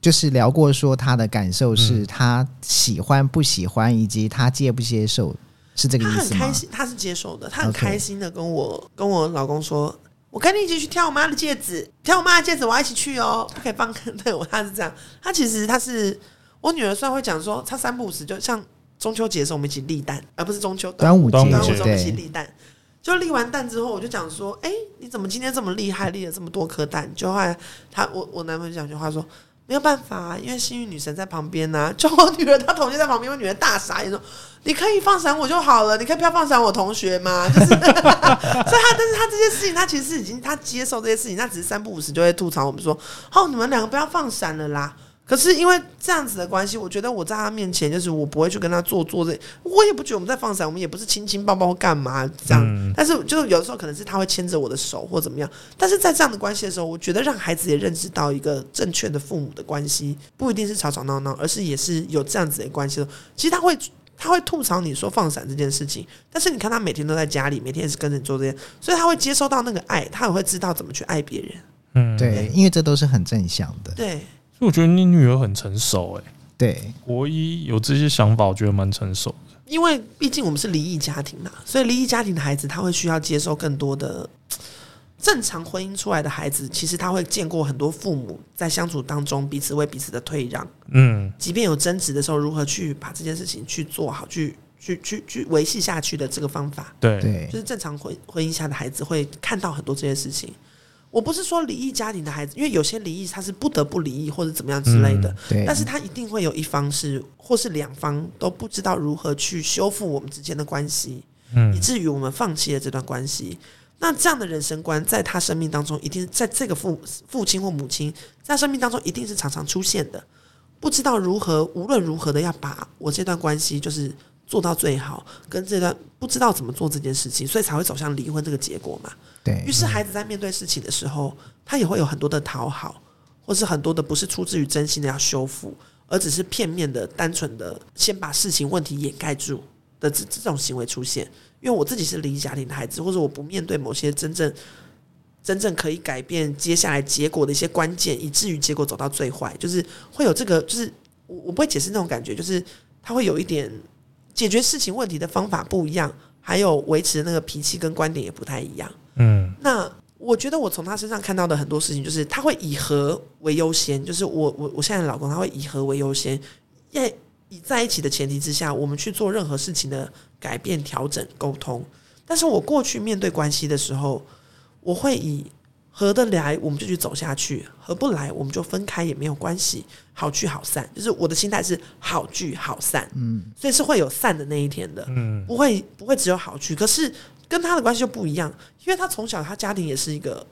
就是聊过说她的感受嗯是她喜欢不喜欢，以及她接不接受，是这个他意很思吗开？心，他是接受的，他很 OK 开心的跟我跟我老公说，我跟你一起去挑我妈的戒指，挑我妈的戒指，我要一起去哦，不可以放对我。他是这样，他其实他是我女儿，虽然会讲说，她三不五时就像中秋节的时候我们一起立蛋，而不是中秋端午节端午然后节我就一起对，立蛋。就立完蛋之后，我就讲说：“哎、你怎么今天这么厉害，立了这么多颗蛋？”就后来他我我男朋友讲一句话说：“没有办法、啊，因为幸运女神在旁边呐、就我女儿，她同学在旁边，我女儿大傻眼说：“你可以放闪我就好了，你可以不要放闪我同学吗？” 就是，所以她，但是她这些事情，她其实是已经她接受这些事情，她只是三不五时就会吐槽我们说：“哦，你们两个不要放闪了啦。”可是因为这样子的关系，我觉得我在他面前，就是我不会去跟他做做这，我也不觉得我们在放闪，我们也不是亲亲抱抱或干嘛这样。嗯但是就是有的时候可能是他会牵着我的手或怎么样，但是在这样的关系的时候，我觉得让孩子也认知到一个正确的父母的关系，不一定是吵吵闹闹，而是也是有这样子的关系的时候。其实他会他会吐槽你说放闪这件事情，但是你看他每天都在家里，每天也是跟着你做这些，所以他会接收到那个爱，他也会知道怎么去爱别人。嗯，对，因为这都是很正向的，对，所以我觉得你女儿很成熟，哎，对。国一有这些想法，我觉得蛮成熟。因为毕竟我们是离异家庭嘛，所以离异家庭的孩子他会需要接受更多的。正常婚姻出来的孩子，其实他会见过很多父母在相处当中彼此为彼此的退让，嗯，即便有争执的时候，如何去把这件事情去做好，去去去去维系下去的这个方法，对，对就，是正常婚婚姻下的孩子会看到很多这些事情。我不是说离异家庭的孩子，因为有些离异他是不得不离异或者怎么样之类的，嗯对但是他一定会有一方是或是两方都不知道如何去修复我们之间的关系，以嗯至于我们放弃了这段关系。那这样的人生观，在他生命当中，一定在这个父父亲或母亲在他生命当中，一定是常常出现的。不知道如何，无论如何的要把我这段关系就是做到最好，跟这段不知道怎么做这件事情，所以才会走向离婚这个结果嘛。对于，是孩子在面对事情的时候，他也会有很多的讨好，或是很多的不是出自于真心的要修复，而只是片面的、单纯的先把事情问题掩盖住的这这种行为出现。因为我自己是离异家庭的孩子，或者我不面对某些真正、真正可以改变接下来结果的一些关键，以至于结果走到最坏，就是会有这个，就是我我不会解释那种感觉，就是他会有一点解决事情问题的方法不一样，还有维持那个脾气跟观点也不太一样。嗯，那我觉得我从他身上看到的很多事情，就是他会以和为优先，就是我我我现在的老公他会以和为优先，在以在一起的前提之下，我们去做任何事情的改变、调整、沟通。但是我过去面对关系的时候，我会以合得来我们就去走下去，合不来我们就分开也没有关系，好聚好散。就是我的心态是好聚好散，嗯，所以是会有散的那一天的。嗯，不会不会只有好去，可是跟他的关系就不一样，因为他从小他家庭也是一个，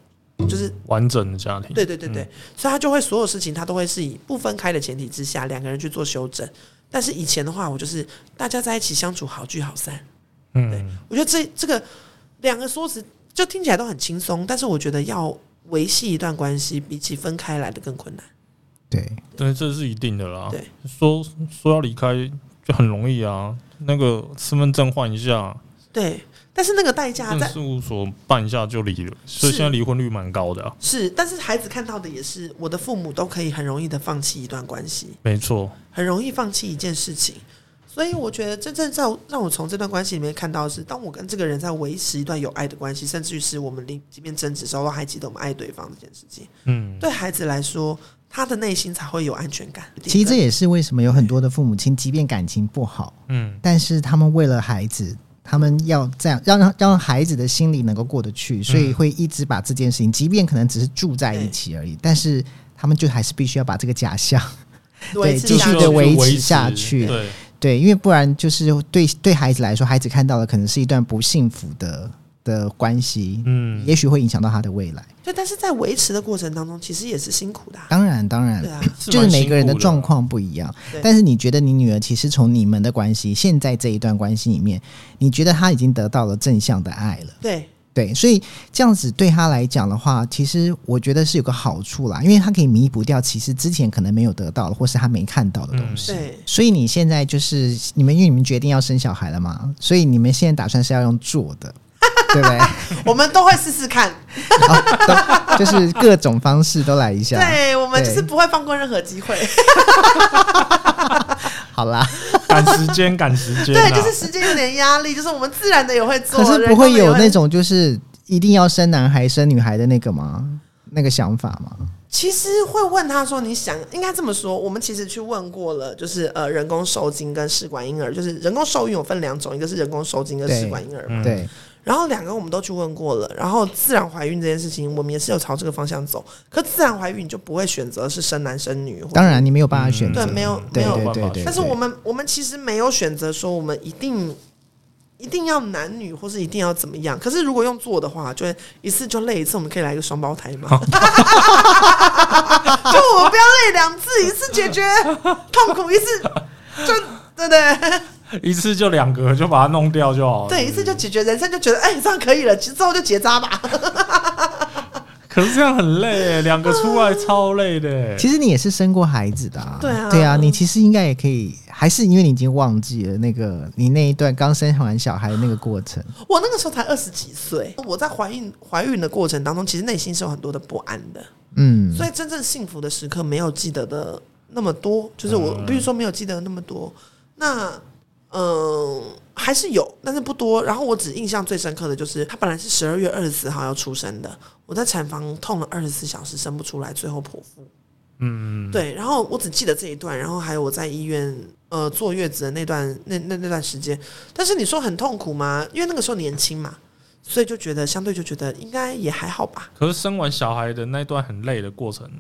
就是完整的家庭，对对对嗯对，所以他就会所有事情他都会是以不分开的前提之下，两个人去做修正。但是以前的话，我就是大家在一起相处好聚好散，对嗯，我觉得这这个两个说辞就听起来都很轻松，但是我觉得要维系一段关系，比起分开来的更困难。对，对，这是一定的啦。对，说说要离开就很容易啊，那个身份证换一下，啊对，但是那个代价证在事务所办一下就离了，所以是现在离婚率蛮高的啊、是，但是孩子看到的也是，我的父母都可以很容易的放弃一段关系。没错，很容易放弃一件事情。所以我觉得真正让让我从这段关系里面看到的是，当我跟这个人在维持一段有爱的关系，甚至于是我们离即便争执的时候都还记得我们爱对方这件事情，嗯，对孩子来说，他的内心才会有安全感。其实这也是为什么有很多的父母亲，即便感情不好，嗯，但是他们为了孩子，他们要这样让让让孩子的心里能够过得去，所以会一直把这件事情，即便可能只是住在一起而已，但是他们就还是必须要把这个假象，维对持继下续去的维持下去对，对，因为不然就是对对孩子来说，孩子看到的可能是一段不幸福的的关系，嗯，也许会影响到他的未来。对，但是在维持的过程当中，其实也是辛苦的啊、当然，当然对，啊，就是蛮每个人辛的苦状况不一样对。但是你觉得你女儿其实从你们的关系，现在这一段关系里面，你觉得她已经得到了正向的爱了。对对，所以这样子对她来讲的话，其实我觉得是有个好处啦，因为她可以弥补掉其实之前可能没有得到的，或是她没看到的东西。对所以你现在就是你们，因为你们决定要生小孩了嘛，所以你们现在打算是要用做的，对不对？ 我们都会试试看，好都就是各种方式都来一下。 对我们对就是不会放过任何机会。好啦，赶时间，赶时间、啊，对，就是时间有点压力，就是我们自然的也会做，可是人不工会的也有那种就是一定要生男孩生女孩的那个吗？那个想法吗？其实会问他说：“你想应该这么说。”我们其实去问过了，就是呃，人工受精跟试管婴儿，就是人工受孕有分两种，一个是人工受精跟试管婴儿嘛。嗯对，然后两个我们都去问过了，然后自然怀孕这件事情，我们也是有朝这个方向走。可自然怀孕你就不会选择是生男生女，或者当然你没有办法选择，嗯对没有对没有对办对法对。选但是我们我们其实没有选择说我们一定一定要男女，或是一定要怎么样。可是如果用做的话，就会一次就累一次，我们可以来一个双胞胎 嘛？ 就我们不要累两次，一次解决痛苦，一次就对不对一次就两个，就把它弄掉就好了。对，一次就解决，人生就觉得哎、这样可以了，其实之后就结扎吧。可是这样很累耶，两个出来超累的耶。啊其实你也是生过孩子的、啊，对啊对啊，你其实应该也可以，还是因为你已经忘记了那个你那一段刚生完小孩的那个过程，我那个时候才二十几岁，我在怀孕怀孕的过程当中，其实内心是有很多的不安的。嗯，所以真正幸福的时刻没有记得的那么多，就是我，比如说没有记得那么多。那嗯、呃还是有，但是不多。然后我只印象最深刻的就是，他本来是十二月二十四号要出生的，我在产房痛了二十四小时，生不出来，最后剖腹。嗯，对，然后我只记得这一段，然后还有我在医院呃坐月子的那段那那那段时间。但是你说很痛苦吗？因为那个时候年轻嘛，所以就觉得相对就觉得应该也还好吧，可是生完小孩的那段很累的过程，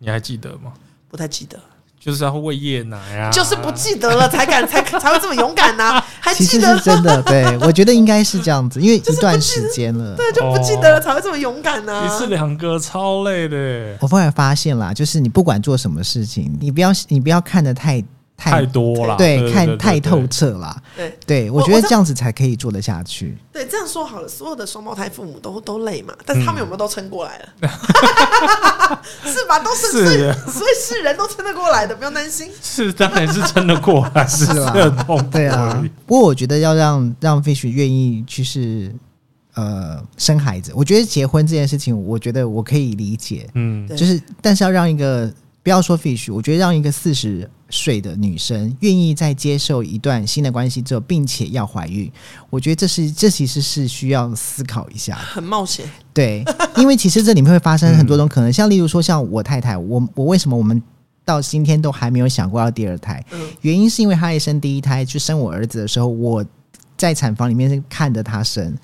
你还记得吗？不太记得。就是要喂夜奶啊， 就是不记得了才敢才才会这么勇敢呐、还还其实记得哦是了，真的， 对我觉得应该是这样子，因为就是一不段记时得间了。对，就不记得了才会这么勇敢啊呢、一次两个超累的耶，我后来发现啦，就是你不管做什么事情，你不要你不要看得太太多了，对，看对太透对彻啦。对对，我我觉我得知道这样子才可以做得下去。对，这样说好了，所有的双胞胎父母都都累嘛，但是他们有没有都撑过来了？ 是吧？都是是所以的所以是人都撑得过来的，不用担心。是当然是撑得过来，是啦很痛苦对啊而已，不过我觉得要让让 Fish 愿意去是呃生孩子，我觉得结婚这件事情，我觉得我可以理解，嗯，对就是但是要让一个不要说 Fish，我觉得让一个四十岁的女生愿意在接受一段新的关系之后，并且要怀孕，我觉得这是这其实是需要思考一下的。很冒险，对，因为其实这里面会发生很多种可能，像例如说，像我太太，我我为什么我们到今天都还没有想过要第二胎？嗯原因是因为她一生第一胎去生我儿子的时候，我在产房里面是看着她生，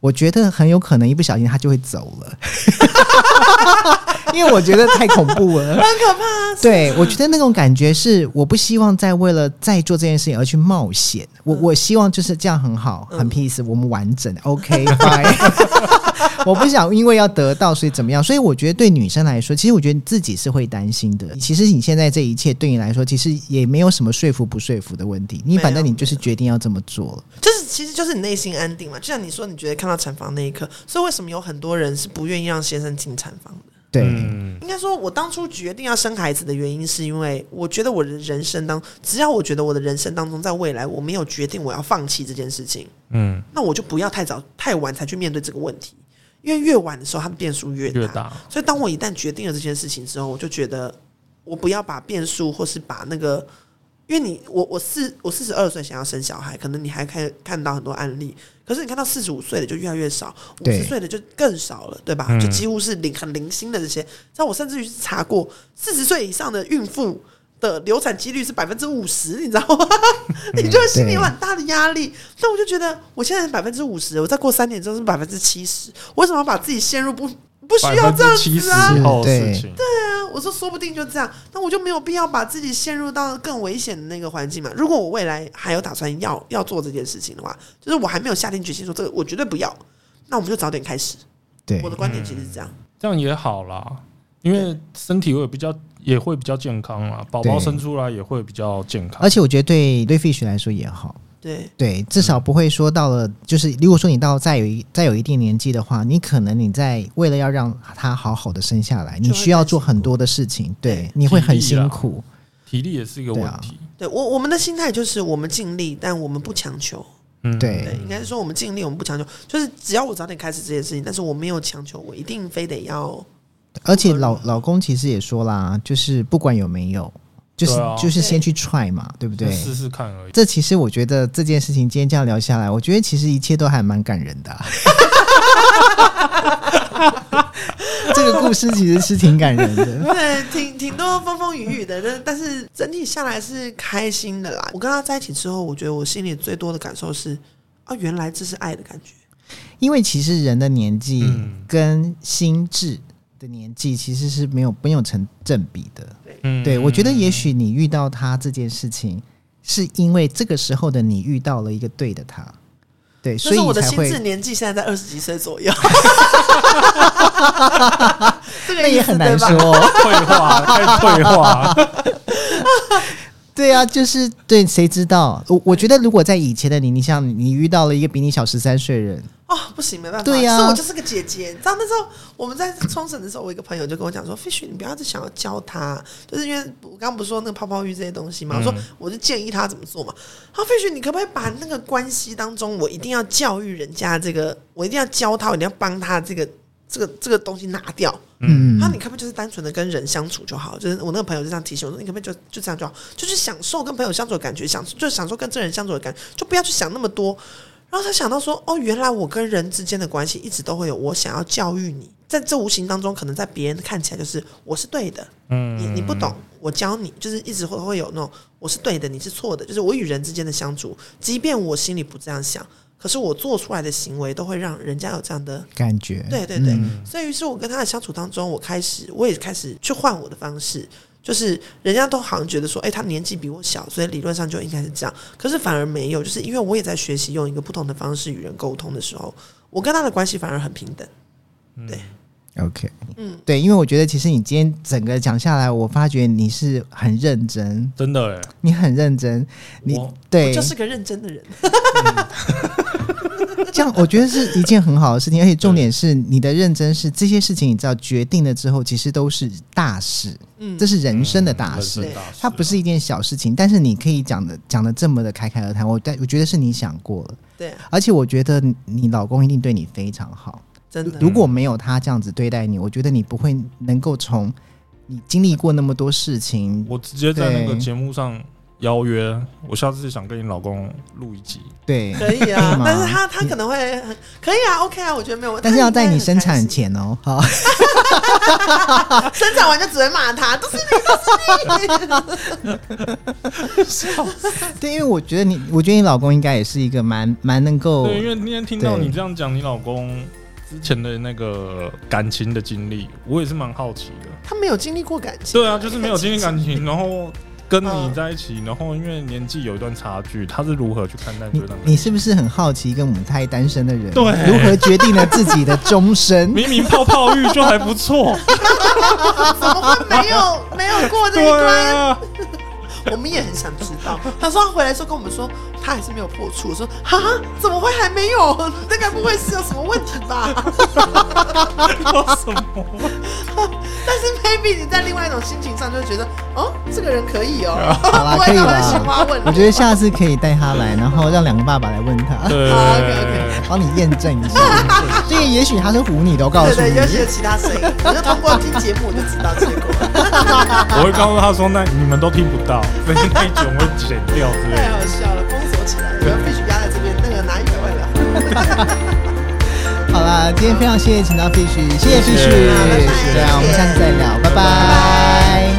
我觉得很有可能一不小心她就会走了， 因为我觉得太恐怖了。 很可怕啊、对，我觉得那种感觉是，我不希望再为了再做这件事情而去冒险。我嗯我希望就是这样很好，很 peace，、我们完整，OK fine。我不想因为要得到，所以怎么样？所以我觉得对女生来说，其实我觉得自己是会担心的。其实你现在这一切对你来说，其实也没有什么说服不说服的问题。你反正你就是决定要这么做了。就是其实就是你内心安定嘛。就像你说，你觉得看到产房那一刻，所以为什么有很多人是不愿意让先生进产房的？对，嗯，应该说，我当初决定要生孩子的原因，是因为我觉得我的人生当，只要我觉得我的人生当中，在未来我没有决定我要放弃这件事情，嗯，那我就不要太早、太晚才去面对这个问题，因为越晚的时候，它的变数越大。越大，所以，当我一旦决定了这件事情之后，我就觉得我不要把变数，或是把那个，因为你我我四我四十二岁想要生小孩，可能你还看看到很多案例，可是你看到四十五岁的就越来越少，五对十岁的就更少了，对吧？嗯就几乎是零很零星的这些。像我甚至于是查过，四十岁以上的孕妇。的流产几率是百分之五十，你知道吗？ 你就会心里有很大的压力。但我就觉得，我现在百分之五十，我再过三年之后是百分之七十，为什么要把自己陷入不不需百要分这样之七十子啊？后的对事情，我说说不定就这样，那我就没有必要把自己陷入到更危险的那个环境嘛。如果我未来还有打算要要做这件事情的话，就是我还没有下定决心说这个我绝对不要，那我们就早点开始。对我，的观点其实是这样，这样也好啦，因为身体会比较也会比较健康啦，宝宝对生出来也会比较健康而，且我觉得对对 fish 来说也好。对对，至少不会说到了，就是如果说你到再有一再有一定年纪的话，你可能你在为了要让他好好的生下来，就会你需要做很多的事情，对对，你会很辛苦，体力也是一个对问啊题，对，我我们的心态就是我们尽力，但我们不强求。嗯，对对，应该是说我们尽力，我们不强求。就是只要我早点开始这件事情，但是我没有强求，我一定非得要。而且老老公其实也说啦，就是不管有没有，就是、对啊就是先去 try 嘛，对不就对？试试看而已。这其实我觉得这件事情今天这样聊下来，我觉得其实一切都还蛮感人的 啊、这个故事其实是挺感人的。 对，挺挺多风风雨雨的，但但是整体下来是开心的啦。我跟他在一起之后，我觉得我心里最多的感受是，啊，原来这是爱的感觉。因为其实人的年纪嗯跟心智的年纪其实是没有没有成正比的。嗯对我觉得，也许你遇到他这件事情，是因为这个时候的你遇到了一个对的他，对，所就以是我你的才心智会。年纪现在在二十几岁左右，这那个意也思很难对吧说哦，退化，太退 化，对啊，就是对，谁知道？我我觉得，如果在以前的你，你像你遇到了一个比你小十三岁的人，哦，不行，没办法，对呀是我就是个姐姐。你知道那时候我们在冲绳的时候，我一个朋友就跟我讲说，Fish，你不要只想要教他，就是因为我刚刚不是说那个泡泡浴这些东西嘛，嗯我说我就建议他怎么做嘛。他说 Fish，你可不可以把那个关系当中，我一定要教育人家这个，我一定要教他，我一定要帮他这个这个这个东西拿掉。嗯他，说你可不可以就是单纯的跟人相处就好？就是我那个朋友就这样提醒我说，你可不可以就就这样就好，就是享受跟朋友相处的感觉，享就享受跟这人相处的感觉，就不要去想那么多。然后他想到说，哦，原来我跟人之间的关系一直都会有我想要教育你，在这无形当中，可能在别人看起来就是我是对的，你嗯，你不懂，我教你，就是一直会会有那种我是对的，你是错的，就是我与人之间的相处，即便我心里不这样想，可是我做出来的行为都会让人家有这样的感觉对对对，嗯所以于是我跟他的相处当中，我开始我也开始去换我的方式，就是人家都好像觉得说，哎、他年纪比我小，所以理论上就应该是这样，可是反而没有，就是因为我也在学习用一个不同的方式与人沟通的时候，我跟他的关系反而很平等。 OK，嗯，对，因为我觉得其实你今天整个讲下来，我发觉你是很认真，真的哎、你很认真，你我对，我就是个认真的人，这样，我觉得是一件很好的事情，而且重点是你的认真是这些事情，你知道决定了之后，其实都是大事，嗯这是人生的大事，人生大事它不嗯是一件小事情。但是你可以讲的讲的这么的侃侃而谈，我但我觉得是你想过了，对啊，而且我觉得你你老公一定对你非常好。真的，如果没有他这样子对待你，我觉得你不会能够从你经历过那么多事情，我直接在那个对节目上邀约，我下次想跟你老公录一集，对，可以是啊吗，但是他他可能会很可以啊，OK 啊，我觉得没有问题。但是要在他你应该生很开产心，前哦，好， 生产完就只会骂他，都是你，都是你。 对，因为我觉得你，我觉得你老公应该也是一个蛮蛮能够对，因为那天听到哦对你这样讲，你老公之前的那个感情的经历，我也是蛮好奇的。他没有经历过感情，对啊，就是没有经历感 情，然后跟你在一嗯起，然后因为年纪有一段差距，他是如何去看待这你段感情？你是不是很好奇一个母胎单身的人，对如何决定了自己的终 身？明明泡泡浴就还不 错， 怎么会没有没有过这一 对关？啊， 我们也很想知道。他说他回来之后跟我们说，他还是没有破处。我说哈，怎么会还没有？那该不会是有什么问题吧？ 有什么？但是 maybe 你在另外一种心情上就会觉得，哦，这个人可以哦，好啦， 不可会以那么喜啦欢问。。我觉得下次可以带他来，然后让两个爸爸来问他，对好，OK，OK 帮你验证一下。这个也许他是唬你的，我告对诉对，你尤。其有其他声音，我就通过听节目我就知道结果了， 我会告诉他说，那你们都听不到，所以那一卷我会剪掉之类太的。好笑了，封锁起来，我们必须压在这边，那个拿一百万来换。好啦，今天非常谢谢请到 Fish，谢谢 Fish，谢谢拜拜对啊，我们下次再聊，拜拜拜